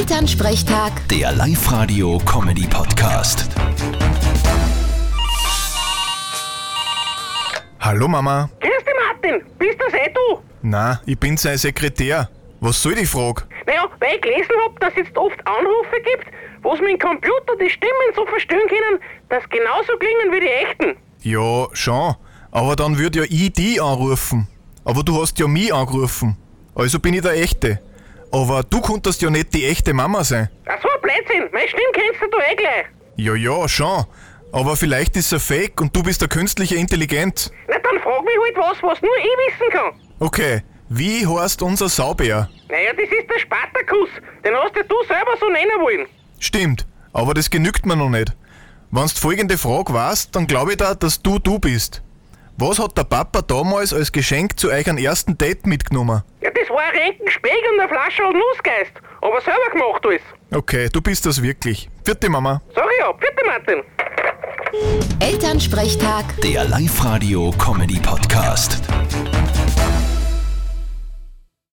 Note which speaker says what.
Speaker 1: Elternsprechtag,
Speaker 2: Der Live-Radio-Comedy-Podcast.
Speaker 3: Hallo Mama.
Speaker 4: Grüß dich, Martin. Bist das eh du?
Speaker 3: Na, ich bin sein Sekretär. Was soll die Frage?
Speaker 4: Naja, weil ich gelesen hab, dass es jetzt oft Anrufe gibt, wo es mit dem Computer die Stimmen so verstellen können, dass genauso klingen wie die echten.
Speaker 3: Ja, schon. Aber dann würde ja ich die anrufen. Aber du hast ja mich angerufen. Also bin ich der Echte. Aber du konntest ja nicht die echte Mama sein.
Speaker 4: Ach so, ein Blödsinn. Meine Stimme kennst du da eh gleich.
Speaker 3: Ja, ja, schon. Aber vielleicht ist er fake und du bist der künstliche Intelligenz.
Speaker 4: Na, dann frag mich halt was, was nur ich wissen kann.
Speaker 3: Okay, wie heißt unser Saubär?
Speaker 4: Naja, das ist der Spartakus. Den hast ja du selber so nennen wollen.
Speaker 3: Stimmt, aber das genügt mir noch nicht. Wenn's die folgende Frage weißt, dann glaube ich da, dass du du bist. Was hat der Papa damals als Geschenk zu eurem ersten Date mitgenommen?
Speaker 4: Ja, das war ein Renkenspeg und eine Flasche und Nussgeist. Aber selber gemacht alles.
Speaker 3: Okay, du bist das wirklich. Vierte Mama.
Speaker 4: Sag ich ja. Bitte, Martin.
Speaker 1: Elternsprechtag.
Speaker 2: Der Live-Radio-Comedy-Podcast.